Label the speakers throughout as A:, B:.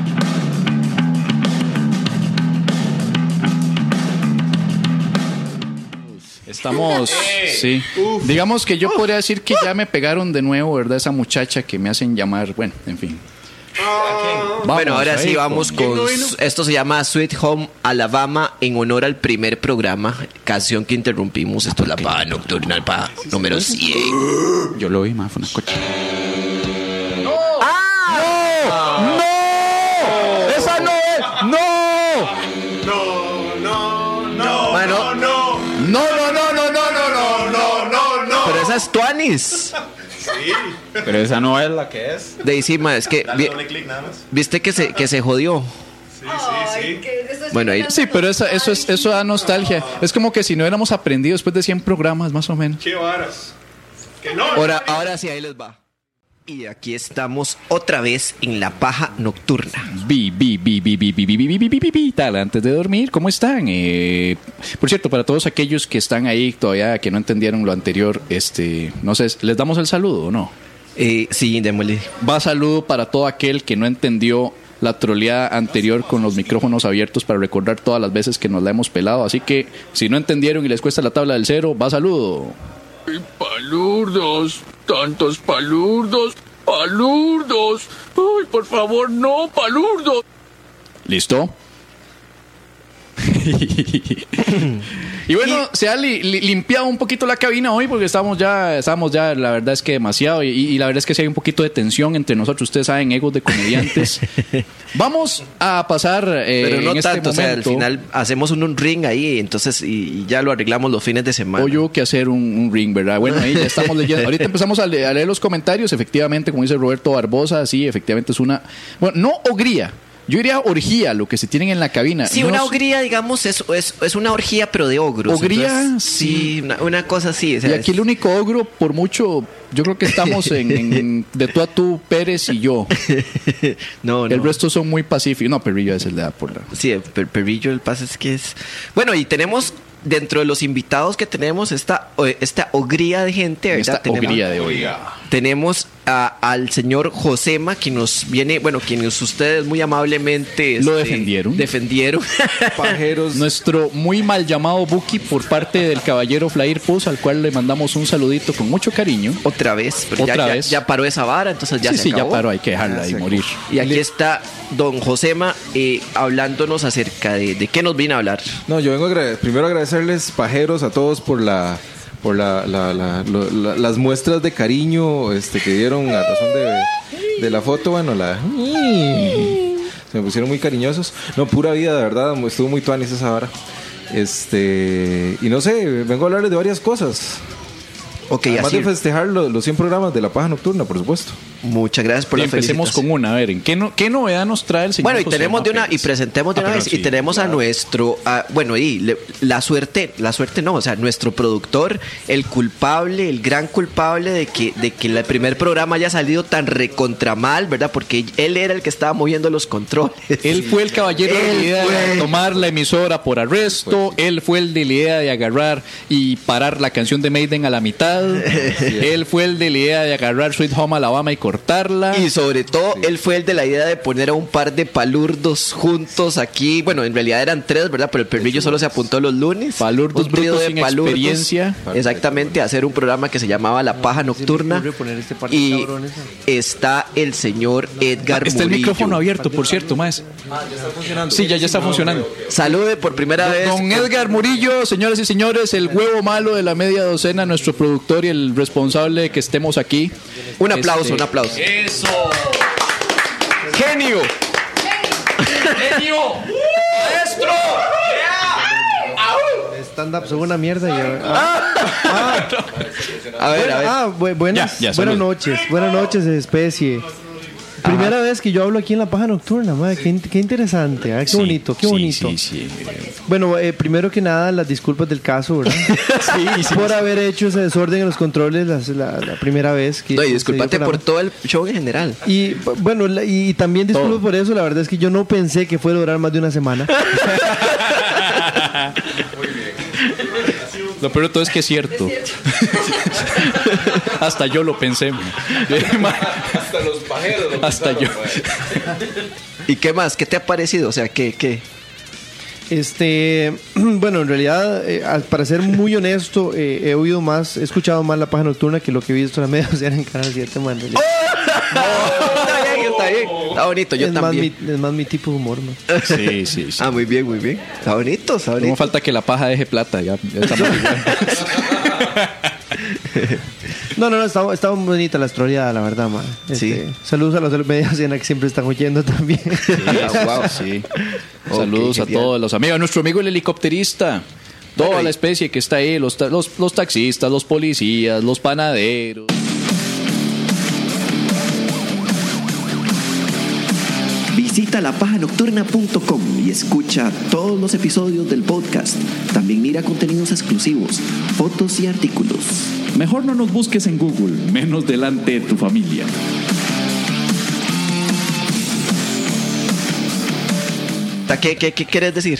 A: Estamos, sí. Digamos que yo podría decir que ya me pegaron de nuevo, ¿verdad? Esa muchacha que me hacen llamar, bueno, en fin. Vamos
B: bueno, ahora
A: ahí
B: sí
A: con-
B: vamos con... Esto se llama Sweet Home Alabama en honor al primer programa, canción que interrumpimos. Esto es la paja nocturna, la paja número 100.
A: Yo lo vi más, fue una coche. ¡Ah!
C: Ah.
B: Bueno,
A: No, no, no, no, no, no, no.
B: pero esa es Tuanis.
D: Pero esa no es la que es.
B: De encima, es que... vi-
C: clic nada más.
B: ¿Viste que se, que se jodió?
C: sí.
E: Pues
B: Bueno, ahí-
A: Sí, pero esa- eso, es, eso da nostalgia. Es como que si no hubiéramos aprendido después de 100 programas, más o menos.
C: Qué varas. Que no.
B: Ahora, ahora sí, ahí les va. Y aquí estamos otra vez en la paja nocturna.
A: Bi, bi, bi, bi, bi, bi, bi, bi, bi, bi, bi, bi, bi, tal, antes de dormir, ¿cómo están? Eh, por cierto, para todos aquellos que están ahí todavía que no entendieron lo anterior, este, no sé, ¿les damos el saludo o no?
B: Eh, sí, démosle.
A: Va saludo para todo aquel que no entendió la troleada anterior con los micrófonos abiertos para recordar todas las veces que nos la hemos pelado. Así que si no entendieron y les cuesta la tabla del cero, va saludo.
F: Palurdos, tantos palurdos, palurdos. Ay, por favor, no, palurdos.
A: ¿Listo? y bueno, se ha li- li- limpiado un poquito la cabina hoy porque estamos ya, estamos ya, la verdad es que demasiado y, y la verdad es que sí hay un poquito de tensión entre nosotros, ustedes saben, egos de comediantes. Vamos a pasar... eh,
B: Pero no
A: en este
B: tanto, o sea, al
A: momento-
B: final hacemos un, un ring ahí, entonces, y, y ya lo arreglamos los fines de semana.
A: Hoy hubo que hacer un, un ring, ¿verdad? Bueno, ahí ya estamos leyendo. Ahorita empezamos a, le- a leer los comentarios. Efectivamente, como dice Roberto Barbosa, sí, efectivamente es una. Bueno, no ogría. Yo diría orgía, lo que se tienen en la cabina.
B: Sí,
A: No
B: una
A: sé-
B: ogría, digamos, es, es, es una orgía, pero de ogros.
A: Ogría,
B: Entonces,
A: sí.
B: sí, una, una cosa así. o sea,
A: Y aquí el único ogro, por mucho, yo creo que estamos en, en- de tú a tú, Pérez y yo.
B: es- no, no.
A: El resto son muy pacíficos. No, Perrillo es el de por la.
B: Sí, el per- perrillo, el pase es que es. Bueno, y tenemos dentro de los invitados que tenemos esta, eh, esta ogría de gente, ¿verdad?
A: Esta
B: tenemos,
A: ogría de hoy.
B: Tenemos a- al señor Josema, que nos viene, bueno, quienes ustedes muy amablemente este,
A: Lo defendieron.
B: Defendieron.
D: Pajeros.
A: Nuestro muy mal llamado Buki por parte del caballero Flair Puz, al cual le mandamos un saludito con mucho cariño.
B: Otra vez, pero ya-
A: Otra
B: ya,
A: vez.
B: ya paró esa vara, entonces ya
A: sí,
B: se
A: sí, ya
B: acabó.
A: paró, hay que dejarla
D: Ya
A: y
D: se
A: morir.
B: Y aquí está don Josema eh, hablándonos acerca de, de qué nos viene a hablar.
D: No, yo vengo a agrade- primero a agradecerles, pajeros, a todos por la por la- la- la- lo- la- las muestras de cariño este, que dieron a razón de, de la foto. Bueno, la... Se me pusieron muy cariñosos. No, pura vida, de verdad. mu- Estuvo muy tuanis esa hora. Este... Y no sé, vengo a hablarles de varias cosas.
B: Ok,
D: Además
B: así.
D: de festejar lo- los 100 programas de La Paja Nocturna, por supuesto.
B: Muchas gracias por
A: Y
B: la
A: empecemos con una, a ver, ¿en qué, no, ¿qué novedad nos trae el señor?
B: Bueno, y
A: José
B: tenemos de una, y
A: López?
B: presentemos de
A: Ah,
B: una
A: perdón,
B: vez, y
A: sí,
B: tenemos a
A: claro.
B: nuestro, a- bueno, y le- la suerte, la suerte no, o sea, nuestro productor, el culpable, el gran culpable de que, de que el primer programa haya salido tan recontra mal, ¿verdad? Porque él era el que estaba moviendo los controles.
A: Él fue el caballero de la
B: Él
A: idea de
B: fue.
A: tomar la emisora por arresto. Él fue el de la idea de agarrar y parar la canción de Maiden a la mitad. Él fue el de la idea de agarrar Sweet Home Alabama y cortarla.
B: Y sobre todo, él fue el de la idea de poner a un par de palurdos juntos aquí. Bueno, en realidad eran tres, ¿verdad? Pero el perrillo solo se apuntó los lunes.
A: Palurdos
B: Un trío
A: brutos
B: de
A: sin experiencia.
B: Exactamente, hacer un programa que se llamaba La Paja Nocturna. Y está el señor Edgar
A: Ah, Está el
B: Murillo.
A: micrófono abierto, por cierto, más. Sí, ya, ya está funcionando.
B: Salude por primera vez.
A: Don Edgar Murillo, señoras y señores, el huevo malo de la media docena, nuestro productor y el responsable de que estemos aquí.
B: Un aplauso,
A: Este,
B: un aplauso. ¡Eso! ¡Genio!
G: Stand-up son una mierda. y ahora-
B: A ver, a ver.
G: Ah, bu- buenas,
A: Ya, ya,
G: buenas
A: salud.
G: noches, buenas noches, especie. Primera vez que yo hablo aquí en La Paja Nocturna, madre. Qué, in- qué interesante, ah, qué bonito, qué
A: Sí,
G: bonito.
A: Sí, sí,
G: Bueno, eh, primero que nada, las disculpas del caso, ¿verdad?
A: Sí, sí.
G: por haber hecho ese desorden en los controles las- la, la primera vez que.
B: No, y
G: se
B: discúlpate
G: dio
B: por
G: programa.
B: todo el show en general.
G: Y bu- bueno, la- y, y también disculpo por eso. La verdad es que yo no pensé que fuera a durar más de una semana.
A: Lo peor de todo es que es cierto. Hasta yo lo pensé. man.
D: Hasta los pajeros. lo
A: Hasta yo.
D: pensaron, mae.
B: ¿Y qué más? ¿Qué te ha parecido? O sea, ¿qué? qué?
G: Este, bueno, en realidad, eh, al- para ser muy honesto, eh, he oído más, he escuchado más la paja nocturna que lo que he visto en la media o sea, en Canal 7, man. en realidad.
B: está bien, está bien. Está bonito, Oh, yo
G: es, más mi,
B: también.
G: es más mi tipo de humor, man.
A: Sí, sí, sí.
B: Ah, muy bien, muy bien. Está bonito, está
A: No
B: bonito.
A: falta que la paja deje plata. Ya, ya estamos igual.
G: No, no, no, está, está muy bonita la troleada, la verdad, man. Este,
B: Sí.
G: Saludos a los del media escena que siempre están oyendo también.
A: Ah, wow, sí. Saludos
B: Ok,
A: a
B: genial.
A: todos los amigos, a nuestro amigo el helicópterista. Toda
B: Bueno, y-
A: la especie que está ahí, los, ta- los, los taxistas, los policías, los panaderos.
H: Visita lapajanocturna.com y escucha todos los episodios del podcast. También mira contenidos exclusivos, fotos y artículos.
I: Mejor no nos busques en Google, menos delante de tu familia.
B: ¿Qué, qué, qué quieres decir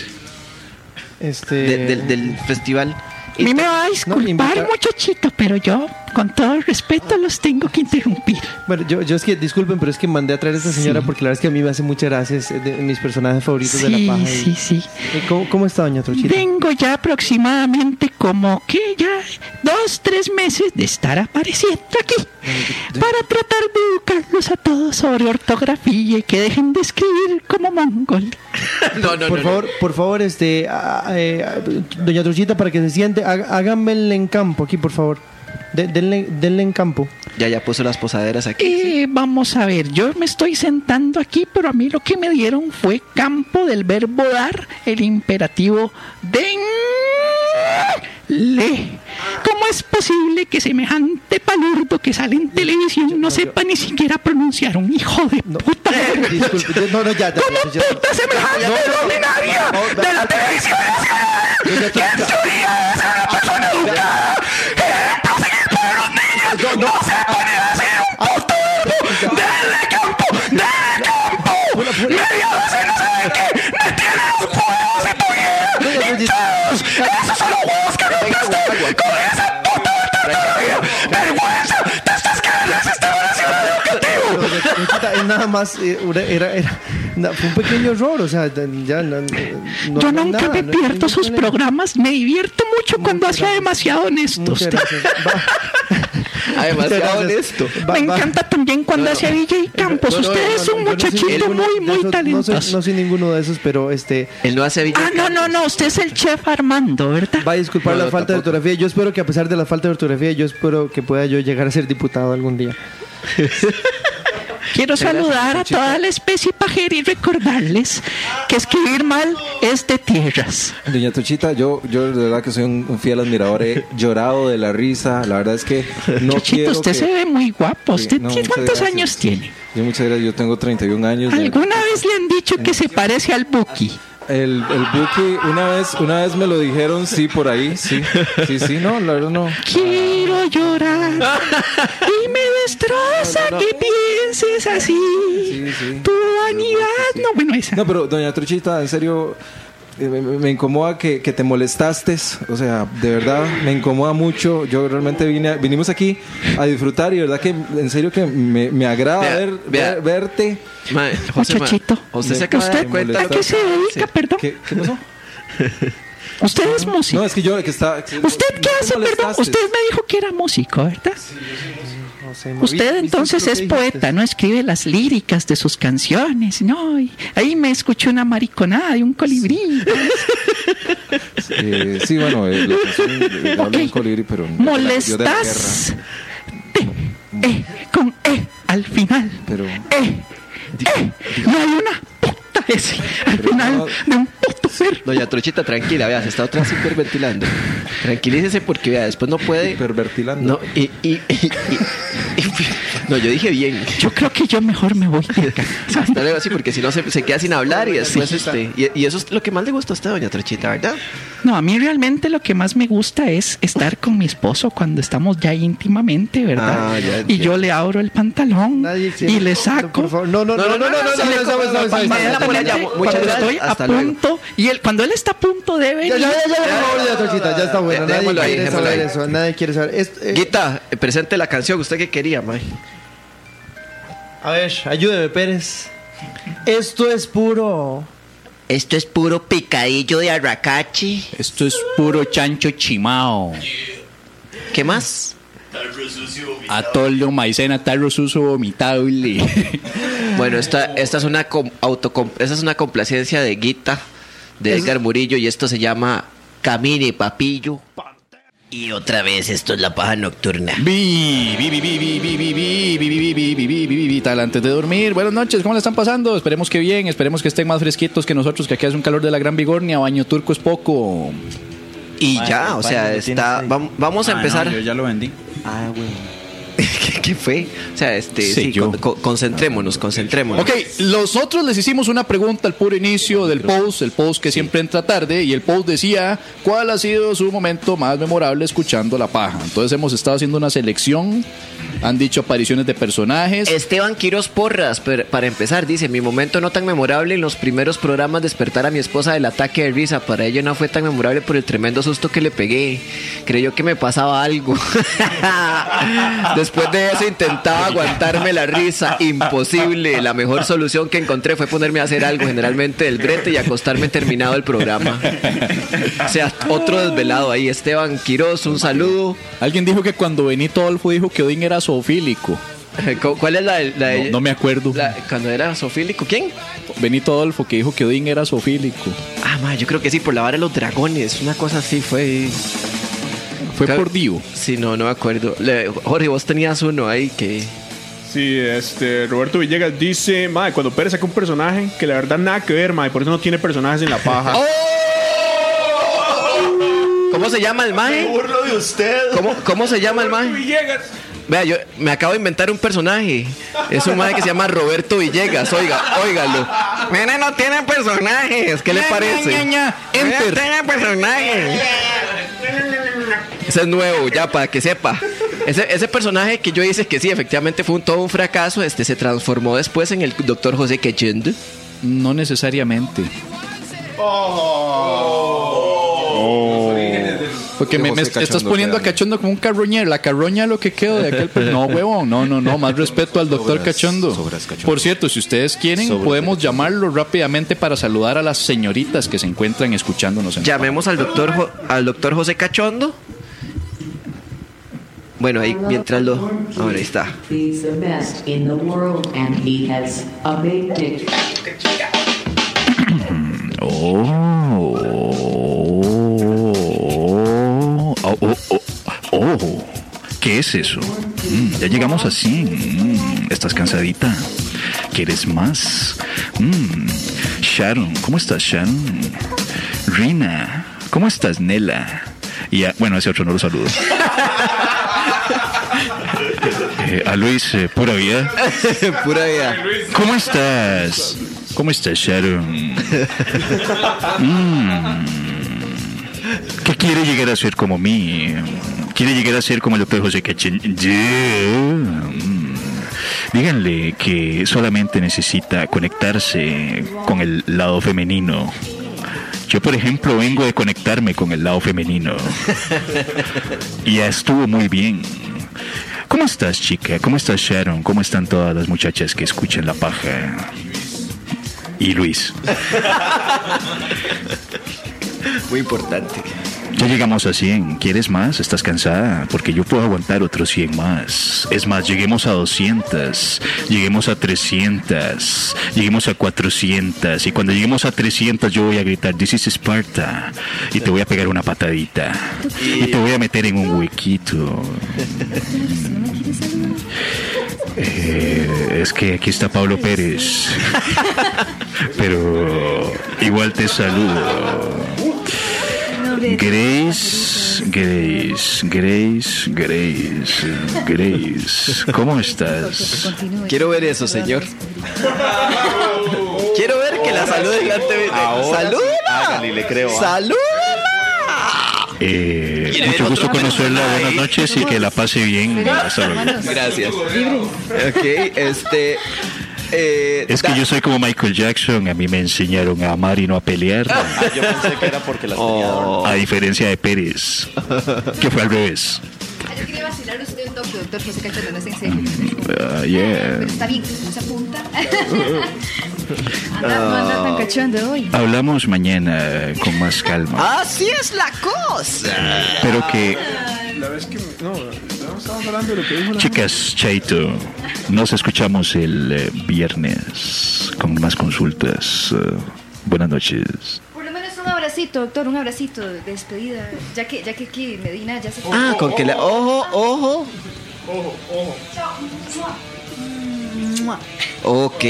G: Este,
B: de- del, del festival?
J: A mí me va a disculpar,
G: invitar-
J: muchachito, pero yo, con todo el respeto, los tengo que interrumpir.
G: Bueno, yo, yo es que, disculpen, pero es que mandé a traer a esta señora porque la verdad es que a mí me hace muchas gracias de, mis personajes favoritos de
J: Sí,
G: la paja. y-
J: sí, sí.
G: Eh, ¿Cómo, cómo está, doña Trochita?
J: Tengo ya aproximadamente como que ya dos, tres meses de estar apareciendo aquí para tratar de educarlos a todos sobre ortografía y que dejen de escribir como mongol.
B: No, no,
G: por
B: no, no.
G: favor, por favor, este, ah, eh, ah, doña Truchita, para que se siente, há- háganmele en campo aquí, por favor. De- denle, denle en campo.
B: Ya, ya puso las posaderas aquí.
J: Eh, vamos a ver, yo me estoy sentando aquí, pero a mí lo que me dieron fue campo del verbo dar, el imperativo de le. ¿Cómo es posible que semejante palurdo que sale en televisión no sepa ni siquiera pronunciar un hijo de puta?
G: Disculpe, yo- no, no, ya, ya,
J: ¿Cómo
G: ya, ya.
J: puta semejante ordinario de la televisión es que en su vida es una persona educada que entonces el pueblo niño no Ah. se pone a hacer un puto grupo dale campo dale campo media docena saben qué me tiene los huevos de tu vida hinchados esos son los huevos que rompiste con esa puta ortografía vergüenza te estás quedando en el sistema nacional educativo
G: Doña Truchita, es nada más, eh, una- era, era- na- fue un pequeño error, o sea, de- ya no- no-
J: Yo
G: no hay
J: nunca
G: nada,
J: me
G: no hay
J: pierdo
G: ningún
J: sus
G: problema.
J: programas, me divierto mucho cuando hacía demasiado honestos.
G: Muchas gracias. Va,
B: Ah, Además,
G: muchas
B: ya
G: gracias.
B: honesto.
G: Va,
J: me
G: va.
J: encanta también cuando hacía DJ Campos.
G: No, no,
J: Usted
G: no,
J: es
G: no, yo
J: un
G: no soy
J: muchaesto
G: ninguno
J: muy,
G: de
J: muy
G: esos-
J: talentoso.
G: No soy, no soy ninguno de esos, pero este.
B: Él no hace Villa
J: ah, no, no, no, usted es el chef Armando, ¿verdad?
G: Va a disculpar
B: No,
G: la
B: no,
G: falta
B: tampoco.
G: de ortografía. Yo espero que a pesar de la falta de ortografía, yo espero que pueda yo llegar a ser diputado algún día.
J: Quiero saludar a toda la especie pajera y recordarles que escribir mal es de tierras.
D: Doña Tuchita, yo, yo de verdad que soy un, un fiel admirador, he llorado de la risa, la verdad es que no
J: Chuchito,
D: quiero
J: usted
D: que-
J: se ve muy guapo.
D: Sí,
J: ¿Usted
D: no,
J: tiene-
D: muchas
J: cuántos
D: gracias.
J: años tiene?
D: Yo muchas gracias, yo tengo 31 años. de-
J: ¿Alguna vez le han dicho que se parece al Buki?
D: El, el Buki, una vez, una vez me lo dijeron, sí, por ahí, sí, sí, sí, no, la verdad no.
J: Quiero llorar y me destroza que pienses así.
D: Sí, sí.
J: Tu vanidad. No, bueno, esa.
D: No, pero doña Truchita, en serio, eh, me, me- me incomoda que, que te molestaste. O sea, de verdad, me incomoda mucho. Yo realmente vine a- vinimos aquí a disfrutar y de verdad que, en serio, que me, me agrada
B: Vea,
D: ver,
B: vea.
D: ver- verte.
B: Mae, José, mae,
J: Muchachito.
B: Usted se
D: Me-
B: acaba de
J: ¿Usted
B: dar cuenta.
J: a qué se dedica, perdón?
D: ¿Qué, qué pasó?
J: Usted es músico.
D: No, es que yo, que está. que-
J: ¿Usted qué
D: no te
J: hace, perdón?
D: molestaste.
J: Usted me dijo que era músico, ¿verdad?
G: No sé, ma-
J: Usted
G: ¿viste
J: entonces
G: lo que
J: es
G: dijiste?
J: poeta, ¿no? Escribe las líricas de sus canciones, ¿no? Y ahí me escuché una mariconada y un colibrí.
D: Eh, sí, bueno, eh, la canción, eh, habla un
J: Ok.
D: colibrí, pero. yo de la guerra,
J: Molestas. Te, eh, con E al final.
D: Pero.
J: Eh, eh, y hay una puta S al final
D: no-
J: de un puto ser.
B: Doña Truchita, tranquila, vea, se está otra vez hiperventilando. Tranquilícese porque, vea, después no puede.
D: Hipervertilando.
B: No, y. y, y- y- y- No, yo dije bien.
K: Yo creo que yo mejor me voy de acá.
B: Hasta luego, sí, porque si no se, se queda sin hablar y después este. Y, y eso es lo que más le gusta a usted, doña Trochita, ¿verdad?
K: No, a mí realmente lo que más me gusta es estar con mi esposo cuando estamos ya íntimamente, ¿verdad?
B: Ah, ya
K: y
B: entiendo.
K: yo le abro el pantalón
G: Nadie quiere-
K: y le saco.
G: Por favor. No, no, no, no, no, no, no, no, no, no, no, no, no, no,
B: Pamela,
G: no,
B: por allá,
K: Inmediatamente,
B: muchas
K: cuando
B: gracias,
K: estoy a
B: hasta luego.
K: punto y él, cuando él está a punto de venir,
G: Ya, ya, ya, ya, por favor, ya, Trochita, ya está bueno. Nadie
B: Dejémoslo ahí,
G: quiere
B: dejémoslo
G: saber
B: ahí.
G: eso, nadie quiere saber. Es- eh,
B: Guita, eh, presente la canción que usted que quería, mae.
G: A ver, ayúdeme, Pérez. Esto es puro.
B: Esto es puro picadillo de arracachi.
A: Esto es puro chancho chimao.
B: ¿Qué más?
A: Atolio, maicena, tarro suso, vomitable.
B: Bueno, esta, esta es una com- autocom- esta es una complacencia de Guita, de Edgar Murillo, y esto se llama Camine Papillo. Y otra vez, esto es la paja nocturna.
A: Vi, vi, vi, vi, vi, vi, vi, vi, vi, vi, vi, vi, vi, vi, vi, vi, vi, tal, antes de dormir. Buenas noches, ¿cómo la están pasando? Esperemos que bien, esperemos que estén más fresquitos que nosotros, que aquí hace un calor de la gran vigornia, baño turco es poco.
B: Y ya, o sea, está. vam- Vamos
L: Ah,
A: Ah,
B: a empezar.
I: yo ya lo vendí.
B: Ah. ¿Qué, qué fue? O sea, este,
A: Sé
B: sí,
A: yo.
B: con- con- concentrémonos, concentrémonos.
A: Ok, nosotros les hicimos una pregunta al puro inicio del post, el post que siempre entra tarde, y el post decía, ¿cuál ha sido su momento más memorable escuchando la paja? Entonces hemos estado haciendo una selección, han dicho apariciones de personajes.
B: Esteban Quiroz Porras, per- para empezar, dice: Mi momento no tan memorable en los primeros programas despertar a mi esposa del ataque de risa. Para ella no fue tan memorable por el tremendo susto que le pegué. Creyó que me pasaba algo. Después de eso intentaba aguantarme la risa. Imposible. La mejor solución que encontré fue ponerme a hacer algo, generalmente del brete, y acostarme terminado el programa. O sea, otro desvelado ahí. Esteban Quiroz, un saludo.
A: Alguien dijo que cuando Benito Olfo dijo que Odín era zoofílico.
B: ¿Cu- ¿Cuál es la, de- la de-
A: No, no me acuerdo.
B: la- cuando era zoofílico, ¿quién?
A: Benito Adolfo que dijo que Odín era zoofílico.
B: Ah, ma, yo creo que sí, por la vara de los dragones. Una cosa así fue.
A: Fue
B: Claro.
A: por Dio.
B: Sí, no, no me acuerdo. Le- Jorge, vos tenías uno ahí que.
C: Sí, este, Roberto Villegas dice, madre, cuando Pérez saca un personaje que la verdad nada que ver, madre, por eso no tiene personajes en la paja.
J: Oh.
B: ¿Cómo se llama el maje? burlo de usted. ¿Cómo, cómo se llama el maje?
C: Villegas.
B: Vea, yo me acabo de inventar un personaje. Es un maje que se llama Roberto Villegas. Oiga, óigalo. Mene no tiene personajes. ¿Qué le parece? Enter. tiene personajes. Ese es nuevo, ya para que sepa. Ese, ese personaje que yo hice que sí, efectivamente fue un, todo un fracaso, este se transformó después en el doctor José Quechend.
A: No necesariamente.
C: Oh.
A: Porque
D: De
A: me, me
D: José
A: estás
D: Cachondo
A: poniendo a
D: quedan.
A: Cachondo como un carroñero. La carroña lo que quedó de aquel. per- No, huevón. No, no, no. Más respeto al doctor
D: Sobras,
A: Cachondo.
D: sobras, Cachondo.
A: Por cierto, si ustedes quieren,
D: Sobras,
A: podemos llamarlo rápidamente para saludar a las señoritas que se encuentran escuchándonos. en-
B: Llamemos al doctor, Jo- al doctor José Cachondo. Bueno, ahí mientras lo... Ahora ahí está.
M: He's the best in the world and he has a big dick.
I: Oh, oh, oh, oh, oh. ¿qué es eso? Mm, ya llegamos a 100. Mm, ¿Estás cansadita? ¿Quieres más? Mm, Sharon, ¿cómo estás, Sharon? Rina, ¿cómo estás, Nela? Y a- bueno, ese otro no lo saludo. Eh, a Luis, eh, pura vida.
B: Pura vida.
I: ¿Cómo estás? ¿Cómo estás, Sharon? Mm. ¿Qué quiere llegar a ser como mí? ¿Quiere llegar a ser como el doctor José Cachen? Díganle que solamente necesita conectarse con el lado femenino. Yo, por ejemplo, vengo de conectarme con el lado femenino. Y ya estuvo muy bien. ¿Cómo estás, chica? ¿Cómo estás, Sharon? ¿Cómo están todas las muchachas que escuchan la paja? Y Luis.
B: Muy importante.
I: Ya llegamos a 100. ¿Quieres más? ¿Estás cansada? Porque yo puedo aguantar otros 100 más. Es más, lleguemos a 200. Lleguemos a 300. Lleguemos a 400. Y cuando lleguemos a 300 yo voy a gritar, This is Sparta. Y te voy a pegar una patadita. Y te voy a meter en un huequito. Eh, es que aquí está Pablo Pérez. Pero igual te saludo. Grace, Grace, Grace, Grace, Grace. ¿Cómo estás?
B: Quiero ver eso, señor. Quiero ver que la salud delante de ¡Saluda!
L: le creo. ah.
B: ¡Salud!
I: Eh, mucho gusto conocerla, buenas noches y que la pase bien. Hasta luego.
B: Gracias. Ok, este. eh,
I: Es que yo soy como Michael Jackson, a mí me enseñaron a amar y no a pelear,
L: Ah, yo pensé que era porque las tenía
B: Oh.
L: adorno.
I: a diferencia de Pérez, que fue al revés.
N: Ah, yo quería vacilar usted un toque, doctor José Cachorro, no es en serio.
B: Mm,
I: Ah, yeah.
N: Pero está bien, no se apunta. Anda, no anda
B: Ah.
N: tan cachondo hoy.
I: Ah. Hablamos mañana con más calma.
B: Así es la cosa.
I: Pero que,
C: La vez que. No, no estamos hablando de lo que dijo la.
I: chicas, Chaito, nos escuchamos el eh, viernes con más consultas. Eh, buenas noches.
N: Por lo menos un abracito, doctor, un abracito de despedida. Ya que, ya que aquí Medina ya se
B: Ah, con que la. Ojo, ojo.
C: Ojo, ojo.
B: Ok,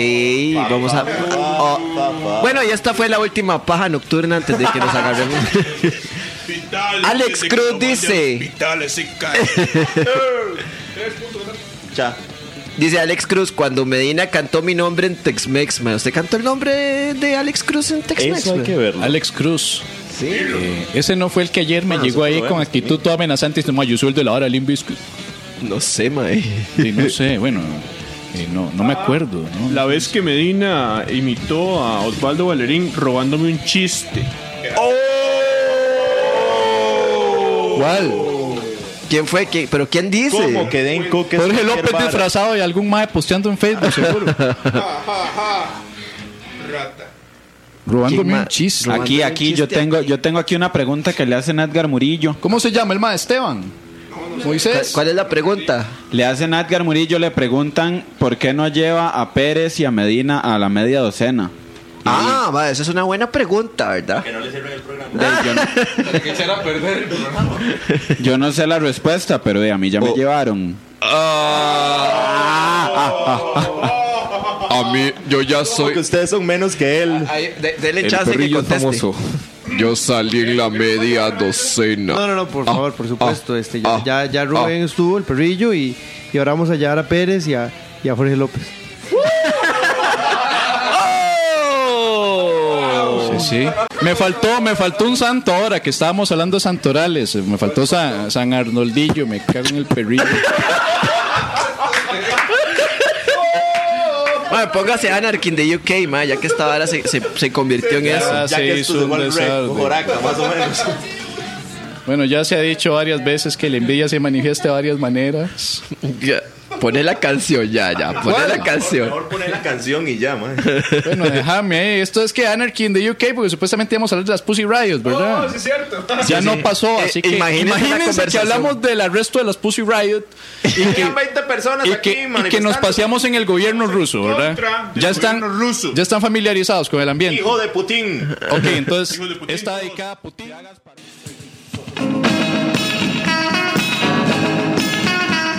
B: vamos a. oh, Bueno, y esta fue la última paja nocturna antes de que nos agarremos. Alex Cruz dice:
L: Ya.
B: Dice Alex Cruz, cuando Medina cantó mi nombre en Tex-Mex, mae, ¿usted cantó el nombre de Alex Cruz en Tex-Mex?
L: Eso hay
B: mae?
L: que verlo. Ah,
A: Alex Cruz.
B: Sí.
A: Eh, ese no fue el que ayer me
L: Bueno,
A: llegó ahí
L: nosotros
A: con
L: vemos
A: actitud toda amenazante y dice, "Ma, yo soy el de la hora, Limp Bizkit".
B: No sé, mae.
A: Y no sé, bueno, eh, no, no me acuerdo. ¿no?
C: La vez que Medina imitó a Osvaldo Valerín robándome un chiste.
G: ¿Cuál?
B: Oh. ¿Quién fue? ¿Qui- ¿Pero quién dice?
L: Como que Den Cook es
A: Jorge
L: cualquier
A: López
L: vara.
A: disfrazado de algún mae posteando en Facebook, seguro. Robándome
B: ¿Quién
A: un
B: ma-
A: chiste.
B: Ro-
L: Aquí, aquí, yo tengo, yo tengo aquí una pregunta que le hacen a Edgar Murillo.
A: ¿Cómo se llama el mae Esteban?
B: ¿Cuál-
A: Moisés.
B: ¿Cuál es la pregunta?
L: Le hacen a Edgar Murillo, le preguntan por qué no lleva a Pérez y a Medina a la media docena.
B: Ah, mae, esa es una buena pregunta, ¿verdad?
L: De- yo, no, yo no sé la respuesta, pero de, a mí ya me
B: Oh.
L: llevaron.
D: A mí, yo ya soy.
L: Porque ustedes son menos que él.
A: Ah,
B: Ahí, de- dele
D: El
B: chance que
D: perrillo
B: conteste.
D: famoso. Yo salí en la media docena. Ah,
G: No, no, no, por favor, por supuesto. este, ya, ya, ya Rubén estuvo, el perrillo, y, y ahora vamos a llevar a Pérez y a, y a Jorge López.
A: Sí, sí. Me faltó, me faltó un santo ahora que estábamos hablando de santorales. Me faltó San, San Arnoldillo, me cago en el perrillo.
B: Mae, póngase Anarchy in the UK, mae, ya que esta vara se, se, se convirtió en eso.
A: Ya
L: Ya
A: se
L: que
A: hizo
L: esto
A: un
L: es
A: desastre.
L: Joraca, más o menos.
A: Bueno, ya se ha dicho varias veces que la envidia se manifiesta de varias maneras.
B: Ya, Pone la canción, ya, ya.
A: Ah,
B: Pone la canción.
L: Mejor poner la canción y ya, man.
A: Bueno, déjame ahí. Esto es que Anarchy in the UK, porque supuestamente íbamos a hablar de las Pussy Riots,
E: Oh,
A: ¿verdad?
C: es cierto.
A: ya
B: sí.
A: no pasó,
B: Eh,
A: así que
B: imagínense la
A: imagínense, que
B: conversación.
A: hablamos del arresto de las Pussy Riot y que,
C: 20 personas
A: y que- y que nos paseamos en el gobierno ruso, ¿verdad?
C: Contra del
A: Ya están,
C: gobierno ruso.
A: ya están familiarizados con el ambiente.
L: de Putin.
A: Ok, entonces
C: Hijo de Putin.
A: está dedicada a Putin.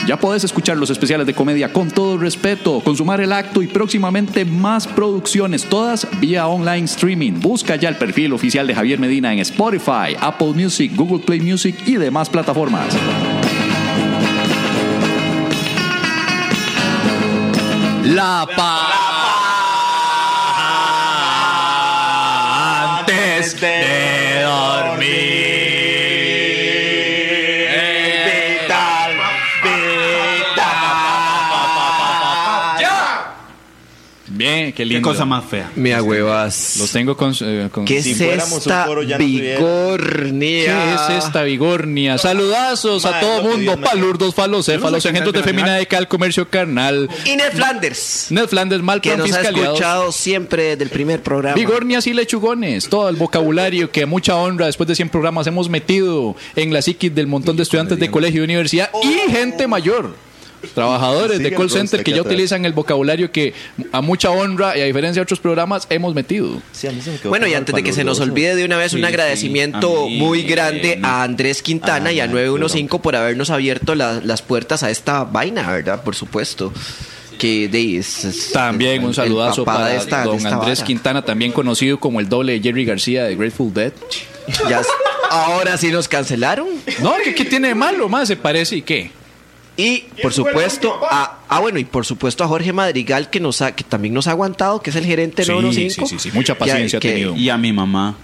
A: Ya podés escuchar los especiales de comedia con todo respeto, consumar el acto y próximamente más producciones, todas vía online streaming. Busca ya el perfil oficial de Javier Medina en Spotify, Apple Music, Google Play Music y demás plataformas. La pa antes de dormir. Bien, qué
L: Qué
A: lindo. Este,
L: cosa más fea.
B: Mira, huevas.
A: Los tengo con, eh, con-
B: ¿Qué
L: Si
B: es
L: fuéramos un
B: esta
L: coro, ya no
A: ¿Qué
B: vigornia?
A: es esta vigornia? Saludazos a
L: Mae,
A: todo
L: lo que
A: mundo.
L: Dios me-
A: Palurdos, falos,
C: Yo no sé
A: engendros
C: qué
A: de
C: nacional.
A: femina de cal, comercio carnal.
B: Inés Flanders,
A: Ned Flanders, mal
B: que
A: plan
B: nos ha
A: fiscaliados.
B: escuchado siempre desde el primer programa.
A: Vigornias y lechugones, todo el vocabulario que a mucha honra después de 100 programas hemos metido en la psiquis del montón de estudiantes de colegio y universidad
B: Oh.
A: y gente mayor. Trabajadores de
L: Sigue
A: call
L: el conste
A: center que
L: aquí
A: ya
L: atrás.
A: utilizan el vocabulario que a mucha honra y a diferencia de otros programas hemos metido.
L: Sí, a mí se me quedó
B: Bueno, y
L: pegado
B: antes
L: el
B: de que se nos
L: palurdo.
B: olvide de una vez, un
L: Sí, sí,
B: agradecimiento
L: a mí,
B: muy grande
L: eh,
B: a Andrés Quintana y a
L: ah,
B: 915 por habernos abierto la- las puertas a esta vaina, ¿verdad? Por supuesto. Que de, es- es-
A: También un
B: el
A: saludazo
B: papá
A: para
B: de esta- de
A: don
B: esta
A: Andrés
B: vara.
A: Quintana, también conocido como el doble de Jerry García de Grateful Dead.
B: Ya es- ahora sí nos cancelaron.
A: No, ¿qué, qué tiene de malo? Más se parece y qué.
B: Y por supuesto, a, ah, bueno, y por supuesto a Jorge Madrigal, que nos ha- que también nos ha aguantado, que es el gerente
A: Sí,
B: número 5.
A: sí, sí, sí, mucha paciencia ha tenido.
L: Y a mi mamá.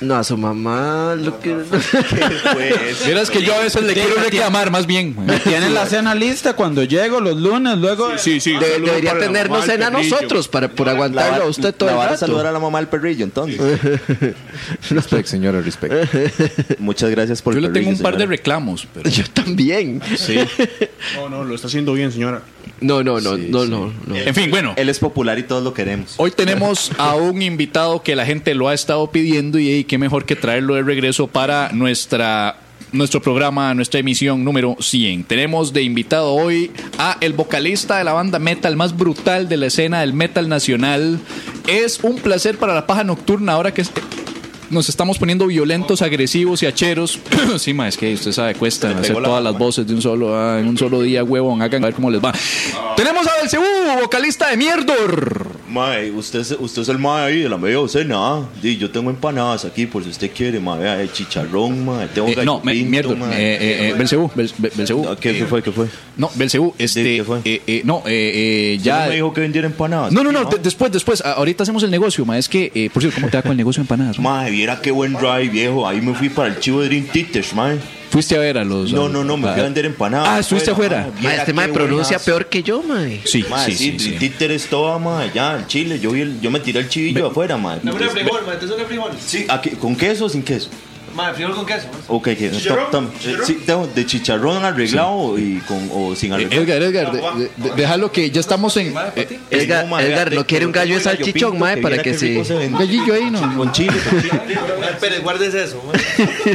B: No, a su mamá, Ah, lo que.
A: Mira, es que yo a veces le quiero reclamar más bien.
L: Pues, Me tienen la cena lista cuando llego los lunes, luego.
C: Sí, sí.
B: De- debería tenernos cena a nosotros para, por aguantarlo a usted todo
O: la
B: el
O: vara
B: rato.
O: saludar a la mamá del perrillo, entonces.
D: Respect, señora, respect.
O: Muchas gracias por
A: Yo le tengo
O: perrillo,
A: un par de
O: señora.
A: reclamos, pero
B: Yo también.
A: sí.
C: No, no, lo está haciendo bien, señora.
B: No, no, no, no, no, no.
A: En fin, bueno.
O: Él es popular y todos lo queremos.
A: Hoy tenemos a un invitado que la gente lo ha estado pidiendo y, y qué mejor que traerlo de regreso para nuestra nuestro programa, nuestra emisión número 100. Tenemos de invitado hoy a el vocalista de la banda metal más brutal de la escena del metal nacional. Es un placer para la paja nocturna ahora que es- nos estamos poniendo violentos, agresivos y hacheros. sí, ma, es que usted sabe, cuesta hacer
O: pegó la
A: todas las voces de un solo ah, en un solo día, huevón. Hagan a ver cómo les va. Tenemos a Belcebú, vocalista de Mierdor.
O: Mae, usted, es- usted es el mae ahí de la media docena. ah. Di, yo tengo empanadas aquí por si usted quiere, mae. Vea, el chicharrón, mae. Tengo
A: Eh, no, me-
O: gallo pinto,
A: mierda.
O: mae.
A: Eh, eh, eh, Belcebú, Bel- Bel- Belcebú. Eh,
O: No, ¿Qué, qué fue? ¿Qué fue?
A: No, Belcebú, este. eh, eh, no, eh, eh,
O: Ya
A: ya.
O: me dijo que vendiera empanadas.
A: No, no, no, de- después, después. A- Ahorita hacemos el negocio, ma. Es que, eh, por cierto, ¿cómo te va con el negocio de empanadas? ma?
O: Mae, viera qué buen drive, viejo. Ahí me fui para el chivo de Dream Theaters, mae.
A: Fuiste a ver a los.
O: No, no, no, me
A: a-
O: fui a vender empanadas.
A: Ah, estuviste afuera.
O: mae,
B: Ma,
O: viera
B: este
O: qué
B: mae pronuncia
O: buenazo.
B: peor que yo, mae.
A: Sí,
O: Mae,
A: sí, sí.
O: sí,
A: sí.
O: Dream Theaters toda, mae, ya en Chile. Yo, vi el- yo me tiré el chivillo afuera, mae. Entonces,
P: ¿te suena frijol?
O: Sí, aquí- ¿Con queso o sin queso?
P: Madre, frijol con queso.
O: Ok, que
P: ¿Chicharrón?
O: tam- tam- eh, sí, tengo de chicharrón arreglado y con o sin
A: Eh,
O: arreglado.
A: Edgar, Edgar, de- de- de- déjalo que ya estamos en. eh,
B: Edgar,
O: No, mae,
B: Edgar, ¿no
O: de-
B: quiere un gallo de
O: tengo el
B: salchichón,
O: pinto
B: mae, para
O: viera
B: que
O: qué
B: se-
O: rico
A: un
O: vende.
A: gallillo ahí, ¿no?
O: Con chile, con chile.
P: Pérez, guardes eso. mae.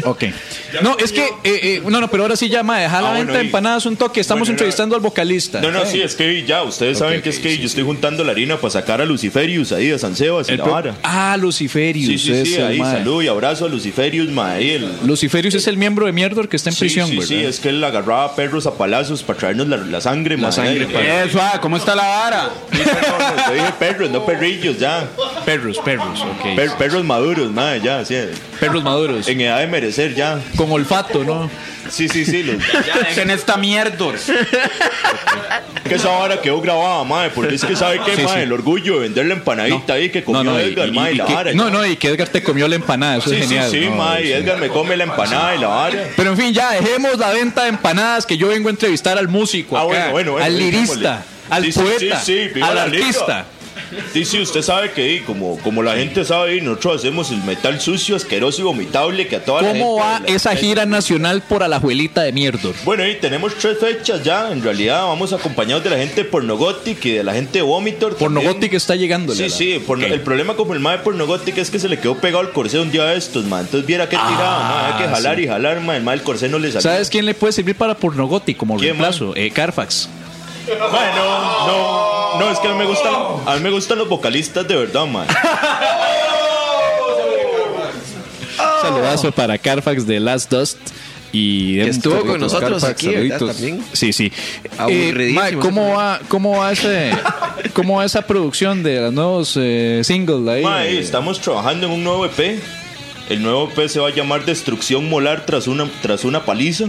A: Ok. No, es que. eh, eh, no, no, pero ahora sí, ya, ma, deja la
O: Ah,
A: venta
O: bueno,
A: de
O: y-
A: empanadas un toque. Estamos
O: Bueno, era-
A: entrevistando al vocalista.
O: No, no,
A: Ok.
O: sí, es que ya, ustedes saben que es que yo estoy juntando la harina para sacar a Luciferius ahí de San Sebas y
A: El
O: la
A: pro-
O: vara.
A: Ah, Luciferius.
O: Sí, sí, sí,
A: ese,
O: ahí,
A: ma.
O: salud y abrazo a Luciferius, mae. ahí el-
A: Luciferius es el miembro de Mierdor que está en
O: Sí,
A: prisión,
O: sí,
A: ¿verdad?
O: sí, es que él agarraba perros a palazos para traernos la, la sangre, mae.
A: sangre,
O: Ahí,
A: pa-
O: mae.
L: Eso, ah, ¿cómo está la vara?
O: Pues Yo dije perros, no perrillos, ya.
A: Perros, perros, ok.
O: Per- perros maduros, mae, ya, sí.
A: perros maduros.
O: En edad de merecer, ya.
A: Con olfato, ¿no?
O: Sí, sí, sí. los-
L: Ya, dejen esta mierda.
O: que esa vara quedó grabada, mae, porque es que sabe qué,
A: Sí,
O: mae,
A: sí.
O: el orgullo de vender la empanadita ahí que comió
A: y-
O: Edgar,
A: y-
O: mae,
A: y
O: la
A: que-
O: vara.
A: no, no, y que Edgar te comió la empanada, eso
O: sí,
A: es genial.
O: sí, sí,
A: no,
O: mae,
A: sí.
O: Edgar me come la empanada y la vara.
A: Pero en fin, ya dejemos la venta de empanadas que yo vengo a entrevistar al músico,
O: Ah,
A: acá,
O: bueno, bueno, bueno,
A: al lirista,
O: dejémosle.
A: al
O: Sí, sí,
A: poeta,
O: sí, sí, viva
A: al
O: la liga.
A: artista.
O: Sí, sí, usted sabe que di, como, como la gente sabe, y nosotros hacemos el metal sucio, asqueroso y vomitable que a toda la gente...
A: ¿Cómo va
O: la-
A: esa gira nacional por Alajuelita de Mierdor?
O: Bueno, y tenemos tres fechas ya. En realidad vamos acompañados de la gente de Pornogothic y de la gente de Vomitor. también.
A: Pornogótica está llegando.
O: Sí, sí, porno- el problema como el mae de Pornogothic es que se le quedó pegado el corsé un día de estos, man. Entonces viera que tirado, man.
A: Ah,
O: Hay que jalar y jalar, man. El mae del corsé no le salió.
A: ¿Sabes quién le puede servir para Pornogótica como
O: ¿Quién,
A: reemplazo? Eh, Carfax.
O: Mae, no, no, no, es que a mí me gustan, a mí me gustan los vocalistas de verdad, man.
A: Saludazo para Carfax de Last Dust. Y
B: Que estuvo con
A: Saluditos,
B: nosotros
A: Carfax,
B: aquí, ¿verdad? También.
A: Sí, sí. Eh,
B: Aburridísimo.
A: Mae, ¿cómo, va, ¿Cómo va ese, cómo va esa producción de los nuevos eh, singles ahí?
O: Mae,
A: Eh,
O: estamos trabajando en un nuevo EP. El nuevo EP se va a llamar Destrucción Molar tras una, tras una paliza.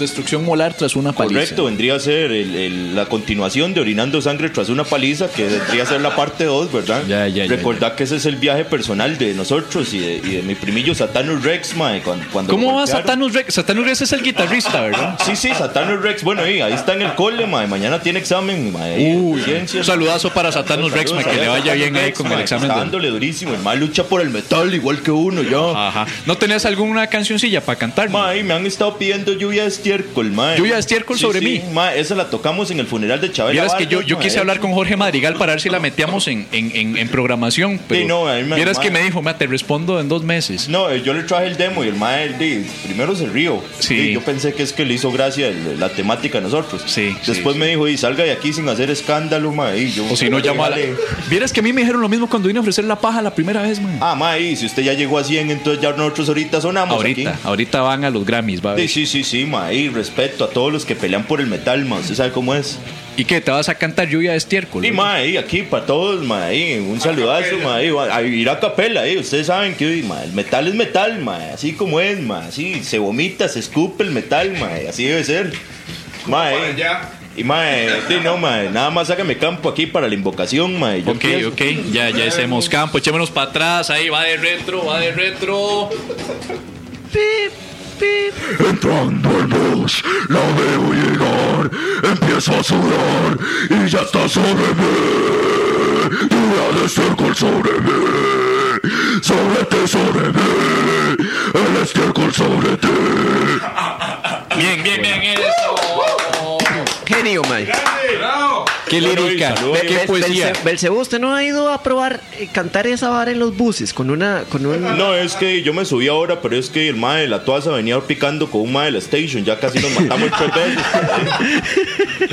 A: Destrucción molar tras una paliza.
O: Correcto, vendría a ser el- el- la continuación de Orinando Sangre tras una paliza, que vendría a ser la parte 2, ¿verdad?
A: Ya, ya, ya,
O: Recordad que ese es el viaje personal de nosotros y de, y de mi primillo Satanus Rex, mae, cuando, cuando lo
A: ¿Cómo va
O: golpearon.
A: Satanus Rex? Satanus Rex es el guitarrista, ¿verdad?
O: Sí, sí, Satanus Rex, bueno, ahí, ahí está en el cole, mae, mañana tiene examen, mae.
A: Uy,
O: ciencia.
A: un saludazo para Satanus Rex, mae,
O: Saludos
A: que
O: a
A: le vaya
O: Satanus
A: bien ahí
O: Rex,
A: con el
O: mae,
A: examen.
O: Está
A: del-
O: dándole durísimo, el mae lucha por el metal igual que uno, yo.
A: Ajá. ¿No tenías alguna cancioncilla para cantar?
O: Mae, me han estado pidiendo lluvia de estiércol, mae.
A: Lluvia de estiércol sobre mí.
O: Mae, esa la tocamos en el funeral de Chabela.
A: Vieras que yo,
O: Vargas,
A: yo
O: mae.
A: quise hablar con Jorge Madrigal para ver si la metíamos en, en, en, en programación, pero
O: Sí, no, ahí me-
A: vieras que
O: mae.
A: me dijo, "Ma, te respondo en dos meses.
O: No, eh, yo le traje el demo y el mae di, primero se río.
A: Sí.
O: Y yo pensé que es que le hizo gracia el- la temática a nosotros.
A: Sí, sí,
O: Después me dijo, y salga de aquí sin hacer escándalo, mae. Y yo,
A: O si no, llama a la...
O: Dale.
A: Vieras que a mí me dijeron lo mismo cuando vine a ofrecer la paja la primera vez, man.
O: Ah, mae, y si usted ya llegó a 100, entonces ya nosotros ahorita sonamos
A: ahorita,
O: aquí.
A: ahorita van a los Grammys, va a ver.
O: Sí, sí, sí, sí, mae. Y respeto a todos los que pelean por el metal, mae. Usted sabe cómo es.
A: ¿Y qué? ¿Te vas a cantar lluvia de estiércol?
O: Y ma, ahí, aquí para todos, ma, ahí, un saludazo, ma, ahí, va- a vivir a capela, ahí, ustedes saben que uy, ma, el metal es metal, ma, así como es, ma, así, se vomita, se escupe el metal, ma, así debe ser. Ma, ahí. Y ma, eh, sí, no, ma, nada más hágame campo aquí para la invocación, ma. y yo
A: Ok,
O: empiezo.
A: ok, ya, ya hicimos campo, echémonos para atrás, ahí va de retro, va de retro.
E: Entrando al bus, la veo llegar, empiezo a sudar y ya está sobre mí. Dura de estiércol sobre mí, sobre ti, sobre mí, el estiércol sobre ti.
A: Bien, bien, bien, eso.
B: Genio, Mike.
A: Qué lírica, qué poesía.
B: Belcebú, ¿usted no ha ido a probar eh, cantar esa vara en los buses con una... Con un...
O: No, es que yo me subí ahora, pero es que el mae de la toaza venía picando con un mae de la station, ya casi nos matamos tres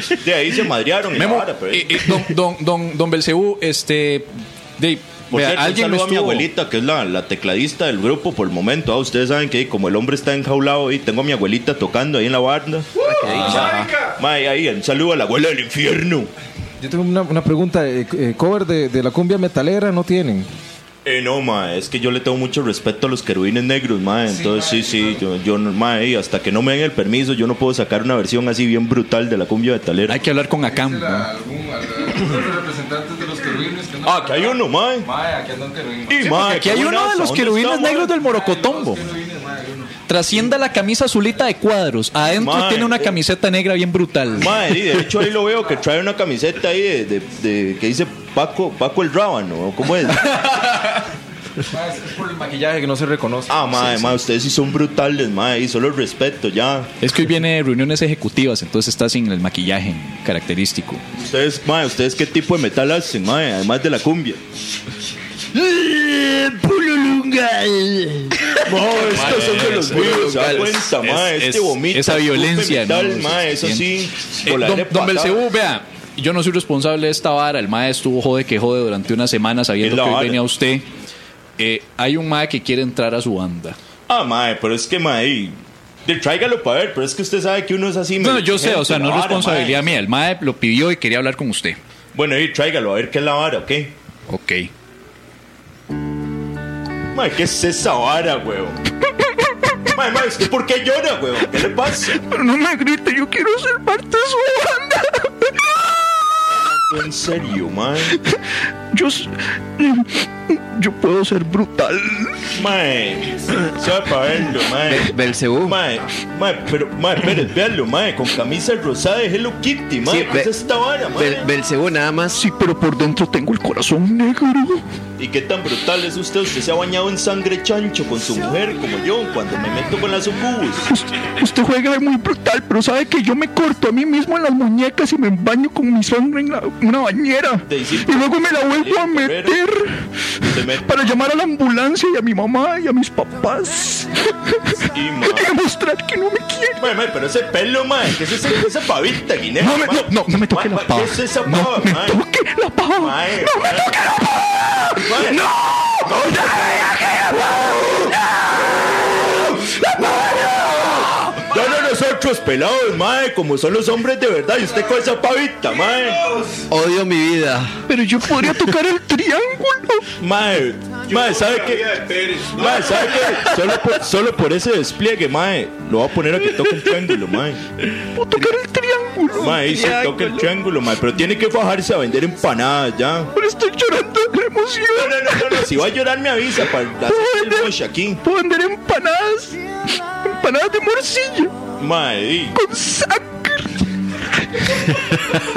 O: veces. De ahí se madrearon. y la
A: Memo,
O: vara, pero-
A: eh, eh, don, don, don, don Belcebú, este. De,
O: Por
A: vea,
O: cierto,
A: alguien
O: un
A: lo
O: saludo a mi
A: estuvo-
O: abuelita, que es la, la tecladista del grupo por el momento. Ah, ustedes saben que como el hombre está enjaulado y tengo a mi abuelita tocando ahí en la banda. Ah, mae, ahí, un saludo a la abuela del infierno.
D: Yo tengo una, una pregunta. eh, eh, ¿Cover de, de la cumbia metalera no tienen?
O: Eh, no, ma, es que yo le tengo mucho respeto a los querubines negros, ma. Entonces, sí, sí, yo, yo no- ma, eh, hasta que no me den el permiso, yo no puedo sacar una versión así bien brutal de la cumbia metalera.
A: Hay que hablar con Acam.
D: representantes de los querubines que
O: Ah, que hay uno, ma.
A: Sí, porque aquí hay uno de los querubines negros del Morocotombo. Trascienda la camisa azulita de cuadros. Adentro
O: Mae.
A: tiene una camiseta negra bien brutal.
O: Madre, de hecho ahí lo veo que trae una camiseta ahí de, de- de- que dice Paco, Paco el Rábano, ¿o ¿cómo es?
D: Es por el maquillaje que no se reconoce.
O: Ah, madre, madre, ustedes sí son brutales, madre, y solo el respeto, ya.
A: Es que hoy viene de reuniones ejecutivas, entonces está sin el maquillaje característico.
O: Ustedes, madre, ustedes qué tipo de metal hacen, madre, además de la cumbia.
E: Pulo lungal.
O: estos son de los míos, se da cuenta, madre, este vomita,
A: Esa
O: escupe
A: violencia.
O: metal,
A: ¿no?
O: mae, eso
A: Bien.
O: sí,
A: Eh,
O: volar
A: don
O: de
A: don
O: patada.
A: Belcebú, vea. Yo no soy responsable de esta vara. El mae estuvo jode que jode durante una semana sabiendo
O: Es la
A: que hoy
O: vara.
A: venía usted. Eh, hay un mae que quiere entrar a su banda.
O: Ah, madre, pero es que, madre, de- tráigalo para ver, pero es que usted sabe que uno es así.
A: No,
O: medio
A: yo sé, o sea,
O: exigente, la
A: no es
O: vara, mae.
A: responsabilidad mía. El mae lo pidió y quería hablar con usted.
O: Bueno, y tráigalo, a ver qué es la vara, ¿ok?
A: Ok.
O: Mae, ¿qué es esa vara, weón? Mae, mae, ¿usted por qué llora, weón? ¿Qué le pasa?
E: Pero no me grite, yo quiero ser parte de su banda.
O: En serio, mae.
E: Yo, s- yo puedo ser brutal.
O: Mae, sabe para verlo, mae.
B: Belcebú.
O: Mae, mae, pero, mae, espere, véanlo, mae, con camisa rosada de Hello Kitty, mae.
B: Sí,
O: ¿Qué
B: ve-
O: es esta vara, mae?
B: Bel- Belcebú nada más.
E: Sí, pero por dentro tengo el corazón negro.
O: ¿Y qué tan brutal es usted? Usted se ha bañado en sangre chancho con su mujer, como yo, cuando me meto con las sucubus.
E: Usted, usted juega de muy brutal, pero sabe que yo me corto a mí mismo en las muñecas y me baño con mi sangre en la- una bañera.
O: hiciste-
E: Y luego me la vuelvo a
O: Herrera.
E: meter
O: Se mete
E: para llamar a la ambulancia y a mi mamá y a mis papás.
O: y, mae.
E: Y demostrar que no me quiere.
O: Mae, mae, pero ese pelo, mae, ¿qué es esa, esa pavita, guinea?
E: No me,
O: mae?
E: no, no, no me toque
O: Mae,
E: la
O: mae,
E: pava.
O: ¿Qué es esa
E: No
O: pava, eh.
E: me
O: mae?
E: toque la pava.
O: Mae,
E: No me
O: mae.
E: toque la pava.
O: Mae.
E: No. No te
O: No, no, nosotros pelados, mae, como son los hombres de verdad, y usted con esa pavita, mae.
B: Odio mi vida.
E: Pero yo podría tocar el triángulo.
O: Mae, mae, ¿sabe qué? Mae, ¿sabe qué? Solo por, solo por ese despliegue, mae, lo voy a poner a que toque el triángulo, mae.
E: Puedo tocar el triángulo.
O: Mae, ahí se toca el triángulo, mae, pero tiene que bajarse a vender empanadas ya.
E: Pero estoy llorando de la emoción.
O: No, no, no, no, no, si va a llorar me avisa para hacer el push aquí.
E: Puedo vender empanadas. Empanadas de morcilla.
O: Mae, y-
E: Con sangre.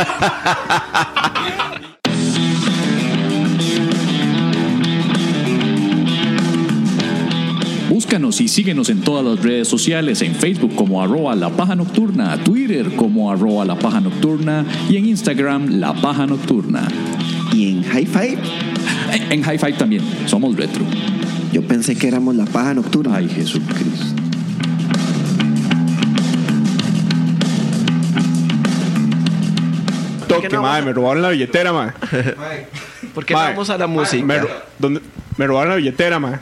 Q: Búscanos y síguenos en todas las redes sociales, en Facebook como arroba la paja nocturna, Twitter como arroba la paja nocturna y en Instagram la paja nocturna.
R: ¿Y en Hi-Fi?
Q: En, en Hi-Fi también, somos retro.
R: Yo pensé que éramos la paja nocturna.
Q: Ay, Jesucristo.
S: Toque, madre, me robaron la billetera, madre.
B: ¿Por qué no
S: Mae,
B: vamos a la música?
S: Me, ro- ¿dónde- me robaron la billetera, madre.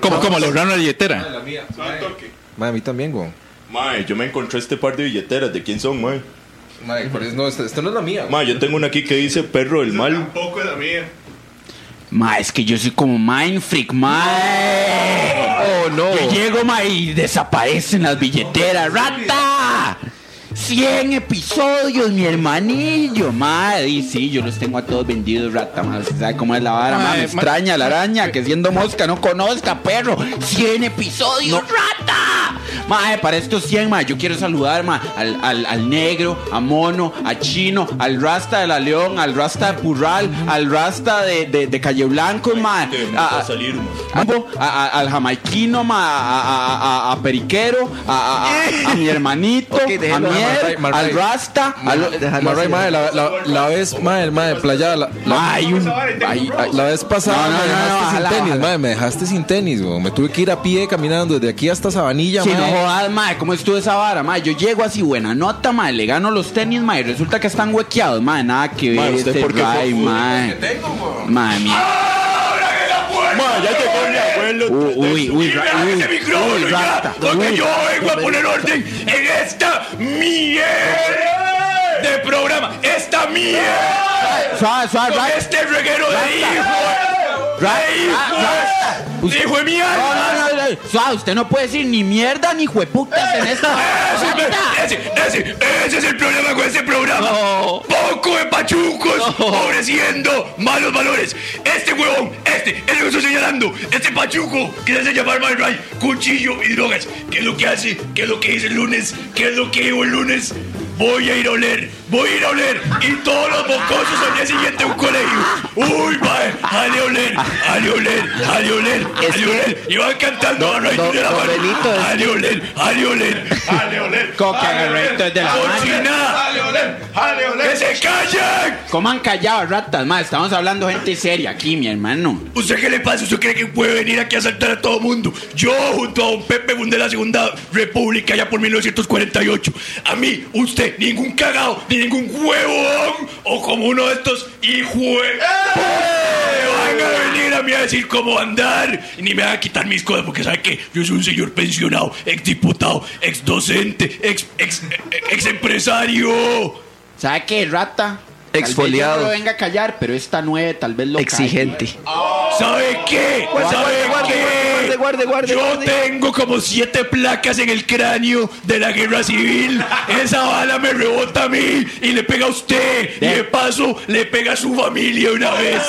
A: ¿Cómo, cómo? ¿Le lograron la billetera?
D: Mae, a mí también, güey.
O: Mae, yo me encontré este par de billeteras, ¿de quién son, mae?
D: Madre, por eso no, esta, esta no es la mía.
O: Ma, yo tengo una aquí que dice perro del mal.
C: Tampoco es la mía.
L: Ma, es que yo soy como mind freak, ma.
B: Oh, no.
L: Yo llego, ma, y desaparecen las billeteras. ¡Rata! 100 episodios, mi hermanillo, ma. Y sí, yo los tengo a todos vendidos, rata, ma. Usted ¿Sabe cómo es la vara, ma?
A: Ma,
L: Me
A: ma-
L: extraña la araña, que siendo mosca no conozca, perro. 100 episodios, rata. Ma, para estos 100, ma, yo quiero saludar, ma, al, al- al negro, a mono, a chino, al rasta de la león, al rasta de Purral, al rasta de, de- de Calle Blanco, ma.
K: ah,
L: a- a-
O: salir, Este, ma.
L: Ambo, a- a- al jamaiquino, ma, a, a- a- a periquero, a, a- a- a mi hermanito, a Mier,
D: déjelo. Marray, Marray.
L: al rasta, a lo-
D: Madre, madre, la, la, la vez, madre, madre, playada, la, la, Ay, ay, la vez pasada
L: No, no, no,
D: me
L: no,
D: dejaste sin
L: ojalá,
D: tenis,
L: ojalá.
D: madre, me dejaste sin tenis, weón. me tuve que ir a pie caminando desde aquí hasta Sabanilla,
L: Si no
D: madre.
L: jodas, mae, ¿cómo estuvo esa vara, mae? Yo llego así, buena nota, mae, le gano los tenis, mae, resulta que están huequeados, mae, nada que ver,
O: Ma, ¿usted
L: este
O: por qué fue
L: ray,
O: fútbol?
L: mae. Mae, mi-
O: Ma, ya llegó mi abuelo.
L: Uy, uy, ra- uy,
K: ese micrófono
L: uy,
K: ya,
L: rata,
K: porque
L: uy.
K: yo vengo a poner orden en esta mierda de programa. Esta mierda.
L: Suave, suave,
K: con
L: rata.
K: este reguero de hijo.
L: Rata,
K: De
L: rata.
K: hijo. Hijo de mi
L: No,
K: alma.
L: no, no, no. Suave, usted no puede decir ni mierda ni
K: ¡Eh!
L: jueputas en esta.
O: ¿ah?
K: Ese, ese, ese es el problema con este programa. Poco de pachucos ofreciendo malos valores. Este huevón, este, es lo que estoy señalando. Este pachuco que se hace llamar Man Ray, cuchillo y drogas. ¿Qué es lo que hace? ¿Qué es lo que hice el lunes? ¿Qué es lo que digo el lunes? Voy a ir a oler, voy a ir a oler. Y todos los mocosos al día siguiente a un colegio. Uy, mae, jale a oler, jale a oler, jale a oler, jale a oler. Y van cantando a Ray
B: don-
K: de la
B: don
K: mano.
B: Benito, es-
K: Jale a oler, jale a oler, jale a oler.
L: Coca de la
K: Cochina. ¡Que se callen!
L: ¿Cómo han callado, ratas, mae? Estamos hablando gente seria aquí, mi hermano.
K: ¿Usted qué le pasa? ¿Usted cree que puede venir aquí a asaltar a todo mundo? Yo, junto a don Pepe, fundé la Segunda República allá por 1948. A mí, usted, ningún cagao, ni ningún huevón, o como uno de estos hijos. Van a venir a mí a decir cómo andar, y ni me van a quitar mis cosas, porque sabe que yo soy un señor pensionado, ex diputado, ex docente, ex, ex, ex empresario.
L: ¿Sabe qué, rata? Tal vez
B: Exfoliado.
L: yo no lo venga a callar, pero esta nueve tal vez lo calle.
B: Exigente.
K: ¿Sabe qué?
B: Guarde,
K: ¿Sabe
B: guarde,
K: qué?
B: guarde, guarde, guarde,
K: Yo
B: guarde.
K: tengo como siete placas en el cráneo de la guerra civil. Esa bala me rebota a mí y le pega a usted. Y de paso le pega a su familia una vez.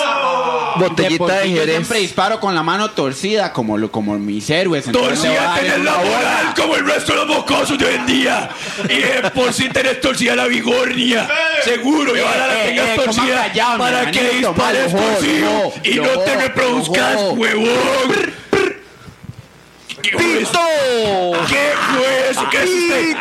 B: Botellita de
L: Deportivo, Yo
B: Jerez.
L: siempre disparo con la mano torcida, como, lo, como mis héroes. entonces va a
K: Torcida
L: dar
K: tenés
L: una
K: la
L: bola.
K: moral como el resto de los mocosos de hoy en día. Y de por si tenés torcida la vigornia. Seguro, y ahora la
L: Eh,
K: tengas
L: eh, coma
K: torcida
L: callado, mi
K: para que
L: hermanito,
K: dispares
L: ma, lo jodo,
K: torcido
L: lo
K: y no
L: jodo,
K: te
L: lo
K: reproduzcas,
L: jodo.
K: huevón. ¿Qué fue eso? ¿Qué fue eso? ¿Qué es usted? Es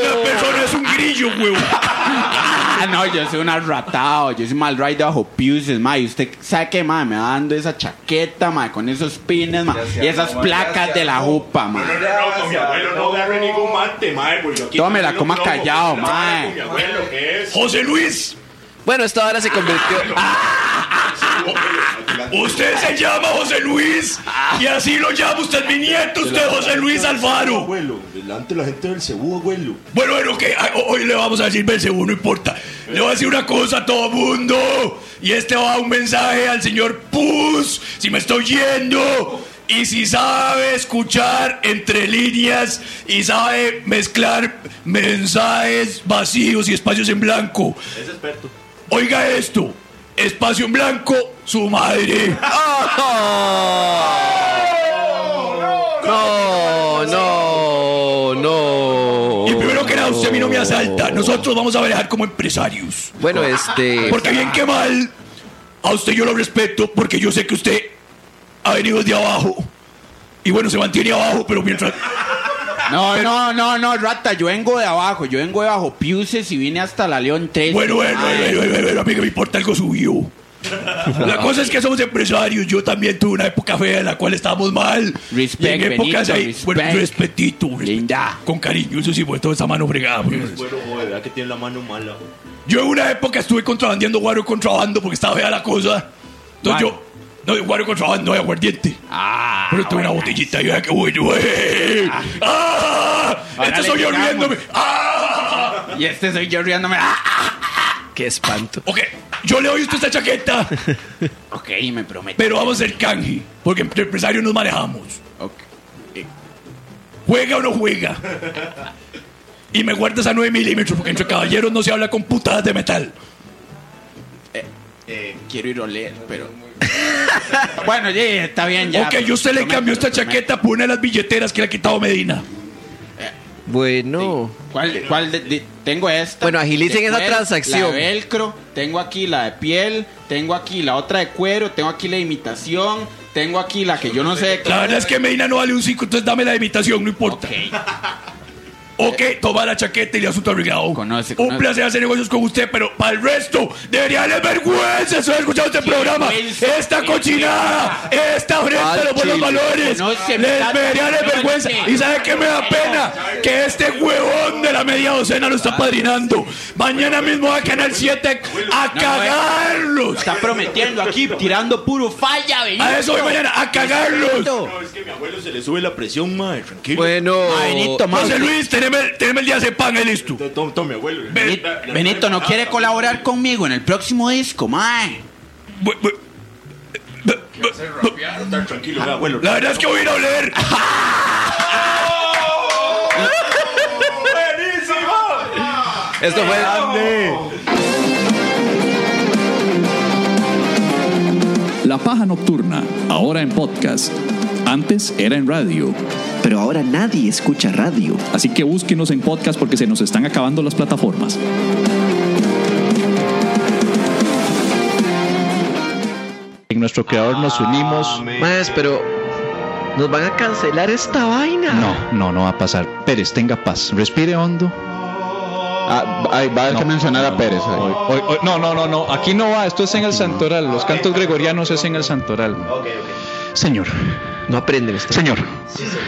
K: una persona, es un grillo, huevón.
L: Ah, no, yo soy un arratado, yo soy mal ride de bajo piuses, ma. Y usted sabe que, ma, me va dando esa chaqueta, ma, con esos pines, ma, y esas placas de la jupa, ma.
O: No, con mi abuelo no agarre ningún mate, mae, porque aquí
L: Tómela,
O: también lo
L: coma
O: tomo. pues,
L: callado, mae.
O: Con mi abuelo, ¿qué es?
K: José Luis,
B: Bueno, esta hora se convirtió.
K: usted se llama José Luis y así lo llama usted mi nieto, usted José Luis Alfaro.
O: Abuelo, delante de la gente del Cebú, abuelo.
K: Bueno, bueno, que a- ho- hoy le vamos a decir Belcebú, no importa. Le voy a decir una cosa a todo mundo. Y este va un mensaje al señor Pus, si me está oyendo. Y si sabe escuchar entre líneas y sabe mezclar mensajes vacíos y espacios en blanco.
O: Es experto.
K: Oiga esto. Espacio en blanco, su madre.
B: No, no, no.
K: Y primero que nada, usted a mí no me asalta. Nosotros vamos a manejar como empresarios.
B: Bueno, este.
K: Porque bien que mal, a usted yo lo respeto porque yo sé que usted ha venido de abajo. Y bueno, se mantiene abajo, pero mientras...
L: No, no, no, no, rata, yo vengo de abajo, yo vengo de bajo piuses y vine hasta la León 3.
K: Bueno, bueno, bueno, bueno, bueno, a mí que me importa algo subió. La cosa es que somos empresarios. Yo también tuve una época fea en la cual estábamos mal.
L: Respect,
K: Y en épocas
L: Benito,
K: ahí,
L: respect.
K: bueno, respetito, respet-
L: Linda.
K: con cariño, eso sí, pues toda esa mano fregada. pues.
O: Bueno, joder, vea que tiene la mano mala, joder.
K: Yo en una época estuve contrabandeando guaro y contrabando porque estaba fea la cosa. Entonces
L: Guaro.
K: yo, no, guaro y contrabando, no, de aguardiente.
L: Ah,
K: Pero tuve una
L: bueno.
K: botellita y vea qué bueno. ¡eh! ¡Ah!
L: Ahora
K: Este
L: le
K: soy
L: llegamos.
K: oliéndome. ¡Ah!
L: Y este soy yo riéndome. ah,
B: Qué espanto.
K: Ok, yo le doy a usted esta chaqueta.
L: ok, me prometo.
K: Pero vamos a hacer canje, porque entre empresarios nos manejamos.
L: eh.
K: ¿Juega o no juega? Y me guardas a 9 milímetros, porque entre caballeros no se habla con putadas de metal.
L: Eh, quiero ir a oler, pero. bueno, sí, eh, está bien ya.
K: ok, yo a usted le
L: Prometo,
K: cambio esta
L: prometo.
K: chaqueta por una de las billeteras que le ha quitado Medina.
B: Bueno.
L: ¿Cuál, cuál de- de- tengo esta?
B: Bueno, agilicen
L: de
B: esa
L: cuero,
B: transacción.
L: La de velcro, tengo aquí la de piel, tengo aquí la otra de cuero, tengo aquí la de imitación, tengo aquí la que yo no sé. de qué
K: La verdad es que Medina no vale un 5, entonces dame la de imitación, no importa. Ok, toma la chaqueta y le asunto arreglado. Un
L: conoce.
K: placer hacer negocios con usted, pero para el resto, debería darle vergüenza eso de escuchar este programa. Esta cochinada, esta frente a los buenos valores.
L: Conoce mi
K: Les
L: tata,
K: debería darle
L: no,
K: vergüenza.
L: no,
K: Y sabe que me da pena que este huevón de la media docena lo
L: Ah.
K: está padrinando. Mañana mismo va a Canal 7 a cagarlos.
L: eh. Está prometiendo aquí, tirando puro falla, Benito.
K: A eso voy mañana,
O: Este,
K: a cagarlos.
T: No, es que a mi abuelo se le sube la presión, madre, tranquilo.
B: Bueno,
K: José Luis, teneme, teneme el día de pan, ahí listo.
T: Toma, toma, abuelo.
L: Benito, Benito, no quiere colaborar conmigo en el próximo disco, mae.
T: Tranquilo, vea, abuelo.
K: La verdad es que voy a ir a oler.
B: Esto fue.
D: La Paja Nocturna, ahora en podcast. Antes era en radio.
U: Pero ahora nadie escucha radio.
D: Así que búsquenos en podcast porque se nos están acabando las plataformas.
A: En nuestro creador nos unimos.
B: Más, pero. Nos van a cancelar esta vaina.
A: No, no, no va a pasar. Pérez, tenga paz. Respire hondo. Ah, va a haber que mencionar a Pérez. no, no, no, no. Aquí no va. Esto es en el santoral. Los cantos gregorianos es en el santoral. Señor.
B: No aprenden esto.
A: Señor.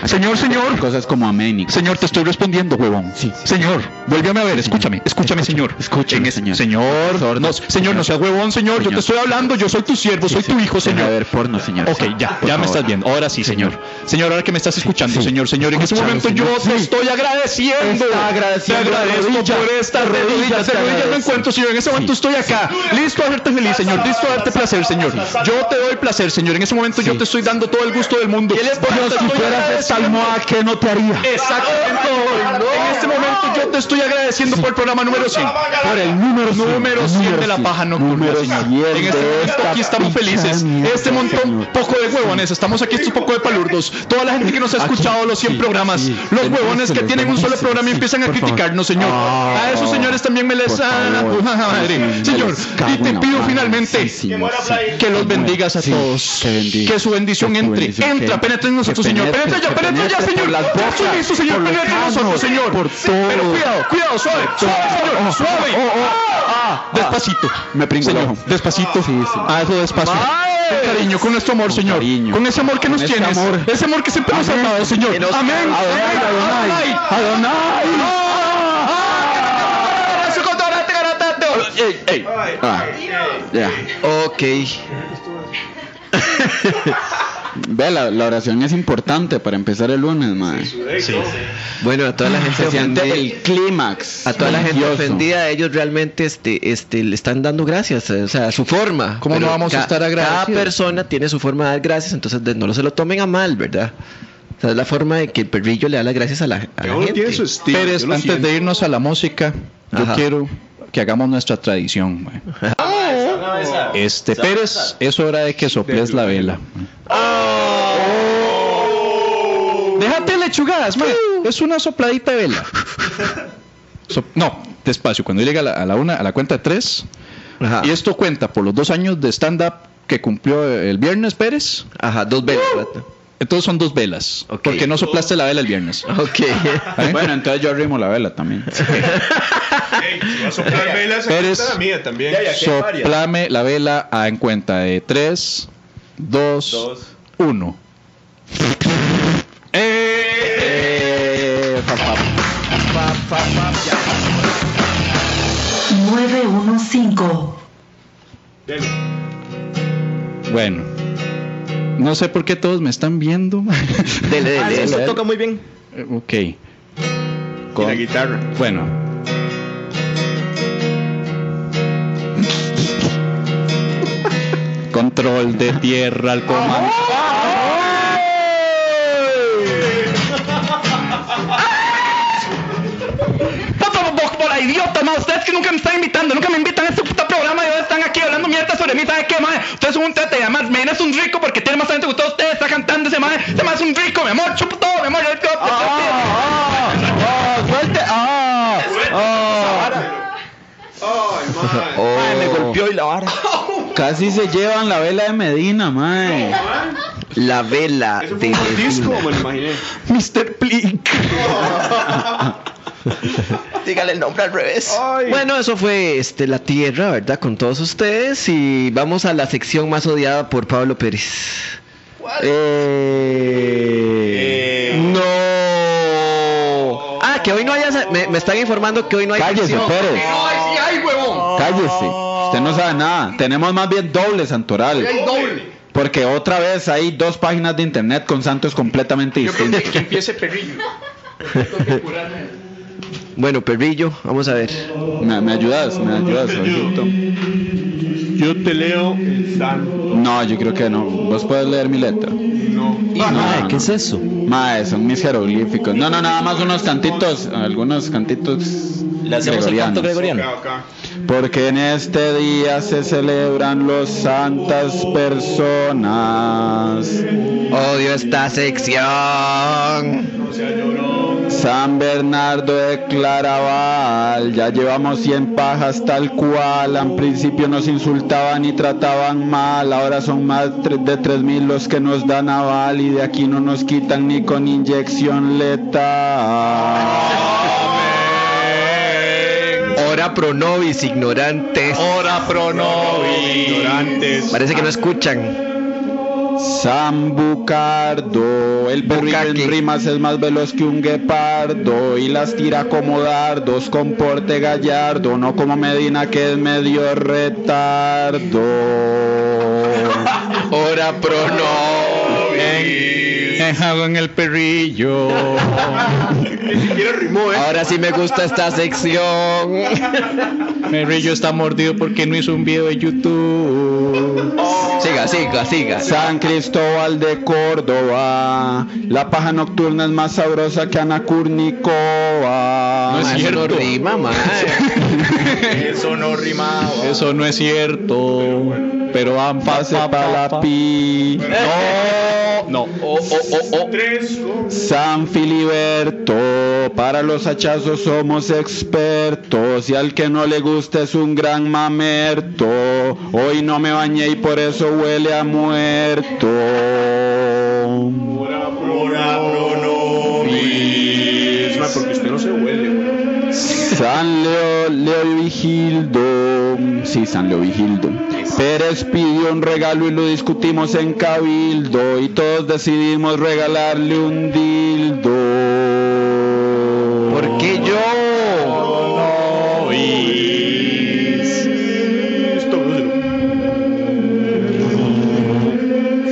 A: Señor, señor. Cosas como amén. Señor, te estoy respondiendo, huevón. Señor, vuélveme a ver. Escúchame, escúchame, señor. Escúchame, señor. Señor, no, señor, no sea huevón, señor. Yo te estoy hablando. Yo soy tu siervo, soy tu hijo, señor.
E: porno, señor.
A: Ok, ya, ya me estás viendo. Ahora sí, señor. Señor, ahora que me estás escuchando, señor, señor. En este
E: Escúchame,
A: momento
E: señor.
A: yo te estoy agradeciendo.
E: Está agradeciendo
A: Te
E: la
A: agradezco
E: rodilla.
A: por estas
E: La rodilla
A: rodillas.
E: te
A: De rodillas me
E: agradece.
A: encuentro, señor. En este momento estoy acá. Listo a hacerte feliz, señor. Listo a darte placer, señor. Yo te doy placer, señor. En este momento yo te estoy dando todo el gusto del mundo. Yo te
E: si
A: estoy
E: fueras
A: agradeciendo.
E: esta almohada, ¿qué no te haría?
A: Exactamente. En este momento yo te estoy agradeciendo por el programa número 100. Por el número 100. Número 100 de la paja nocturna, señor. En este momento aquí estamos felices. Este montón, poco de huevones. Estamos aquí estos poco de palurdos. Toda la gente que nos ha escuchado los 100 programas. Los huevones que tienen un solo programa y empiezan a criticarnos, señor. A esos señores también me les han... madre. Señor, y te pido finalmente que los bendigas a todos. Que su bendición entre. Entra, penetra en nosotros, señor. Penetra ya, penetra ya, señor. Por listo, señor. Penetra en nosotros, señor. Pero cuidado, cuidado, suave, suave, señor. Suave. Despacito. Me pringo Señor, despacito. A eso despacito. Con cariño, con nuestro amor, señor. Con ese amor que nos
E: este
A: tienes.
E: amor.
A: Ese amor que siempre nos has dado, señor. Amén. Amén. Adonai.
L: Ah.
B: Ey, ey. Ah,
E: Ya.
B: Ok.
L: Ve, la, la oración es importante para empezar el lunes, mae.
B: Bueno, a toda la gente
L: Se siente
B: ofendida-
L: el clímax.
B: A toda la gente
L: religioso.
B: ofendida, ellos realmente este, este, le están dando gracias, eh, o sea, a su forma.
A: ¿Cómo no vamos a estar agradecidos?
B: Cada persona tiene su forma de dar gracias, entonces de- no lo- se lo tomen a mal, ¿verdad? O sea, es la forma de que el perrillo le da las gracias a la, a la gente.
A: Pérez, antes de irnos a la música, yo
B: Ajá.
A: quiero que hagamos nuestra tradición. mae.
B: Ah,
A: Este, Pérez, es hora de que soples la vela. Déjate lechugadas, mae. Es una sopladita de vela. So- no, despacio. Cuando llega a la, a la una, a la cuenta de tres. Y esto cuenta por los dos años de stand-up que cumplió eh, el viernes Pérez. Uh.
B: Ajá, dos velas.
A: Entonces son dos velas. Porque no soplaste la vela el viernes. ¿Eh?
B: Ok.
L: Bueno, entonces yo arrimo la vela también.
O: Va a soplar velas, aquí
A: Pérez,
O: está la mía también. Ah,
A: Soplame la vela a- en cuenta de 3, 2, 1.
L: Eh,
V: Pa, pa, pa, ya.
J: 915.
A: Bueno. No sé por qué todos me están viendo.
B: dele,
O: Ah,
L: Eh,
O: sí, se toca muy bien.
A: Ok. Con-
O: guitarra.
A: Bueno.
L: control de tierra al comando. Puto bola idiota, ma, ustedes que nunca me están invitando, nunca me invitan a este puta programa y ahora están aquí hablando mierda sobre mí, ¿saben qué, madre? Ustedes son un tete, además, Medina es un rico porque tiene más talento que todos ustedes, está cantando ese madre, ese madre es un rico, mi amor, chupa todo, mi amor, yo- yo- yo-
K: Suelte. Ah,
B: Oh.
L: Mae, me golpeó y la vara. Casi se llevan la vela de Medina, mae. La vela de
E: Disco, me lo imaginé.
L: Mr. Plink.
B: Dígale el nombre al revés. Bueno, eso fue este, La Tierra, ¿verdad? Con todos ustedes. Y vamos a la sección más odiada por Pablo Pérez. Eh, No. Ah, que hoy no haya. se- Me, me están informando que hoy no hay.
L: Cállese,
B: sección.
L: Pérez. Cállese. Usted no sabe nada. Tenemos más bien doble Santoral. Porque otra vez hay dos páginas de internet con santos completamente distintos.
W: empiece perrillo.
B: Bueno, Perrillo, vamos a ver.
L: Me, me ayudas, me ayudas. Jorgito.
E: Yo te leo el santo.
L: No, yo creo que no. ¿Vos puedes leer mi letra? No. ¿qué es eso? Mae, son mis jeroglíficos. No, no, nada más unos cantitos, algunos cantitos
X: ¿Le hacemos el canto gregoriano?
L: Porque en este día se celebran los santas personas.
B: Odio esta sección.
L: San Bernardo de Claraval, ya llevamos 100 pajas tal cual, al principio nos insultaban y trataban mal, ahora son más tre- de 3.000 los que nos dan aval y de aquí no nos quitan ni con inyección letal.
B: Ora pro nobis, ignorantes.
L: Ora pro nobis,
B: ignorantes. Parece que no escuchan.
L: San Bucardo, el perrillo en rimas es más veloz que un guepardo y las tira como dardos con porte gallardo, no como Medina que es medio retardo.
B: Ora pro
L: nobis. en el perrillo.
B: Ahora sí me gusta esta sección.
L: Perrillo está mordido porque no hizo un video de YouTube.
B: Siga, siga, siga.
L: San Cristóbal de Córdoba. La paja nocturna es más sabrosa que Anacurnicoa.
B: No es Ma, eso cierto. no rima, ma.
L: Eso no rimaba. Eso no es cierto. Pero han pasado para la pi. No. No. San Filiberto, para los hachazos somos expertos y al que no le gusta es un gran mamerto. Hoy no me bañé y por eso huele a muerto.
E: Ma, porque usted no se huele, güey.
L: San Leo, Leo Vigildo, sí, San Leo Vigildo. Pérez pidió un regalo y lo discutimos en cabildo y todos decidimos regalarle un dildo. ¿Por qué yo?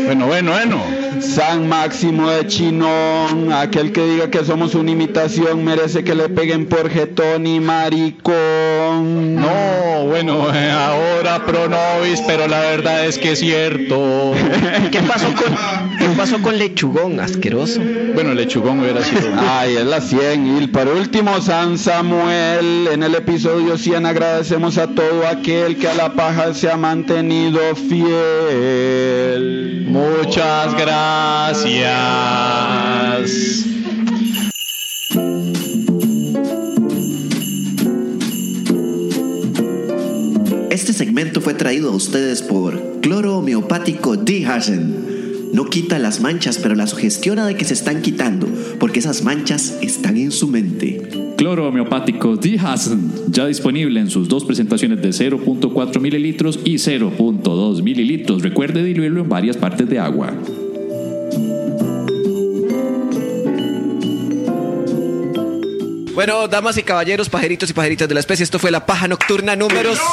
L: Bueno, bueno, bueno. San Máximo de Chinón, aquel que diga que somos una imitación merece que le peguen por jetón y maricón. No, bueno, eh, ahora pronovis, pero la verdad es que es cierto.
B: ¿Qué pasó con, qué pasó con lechugón, asqueroso?
L: Bueno, lechugón hubiera sido. Ay, es la 100. Y para último, San Samuel. En el episodio 100 agradecemos a todo aquel que a la paja se ha mantenido fiel. Muchas gracias.
Y: Este segmento fue traído a ustedes por Cloro Homeopático Dehazen. No quita las manchas, pero la sugestiona de que se están quitando, porque esas manchas están en su mente.
A: Cloro homeopático Dihazen, ya disponible en sus dos presentaciones de 0.4 mililitros y 0.2 mililitros. Recuerde diluirlo en varias partes de agua.
B: Bueno, damas y caballeros, pajeritos y pajeritas de la especie, esto fue la paja nocturna número 100.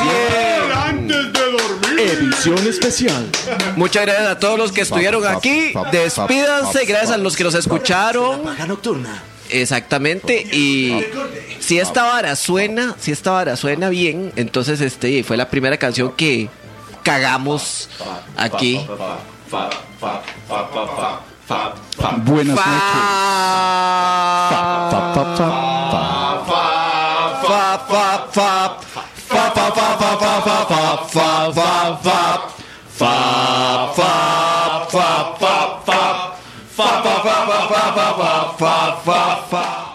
E: Antes de dormir.
B: Edición especial. Muchas gracias a todos los que estuvieron aquí. Despídanse, gracias a los que nos escucharon.
X: Paja nocturna.
B: Exactamente. Y si esta vara suena, si esta vara suena bien, entonces este fue la primera canción que cagamos aquí.
E: Buenas fa fa fa fa
B: Ah. noches.
E: fa fa fa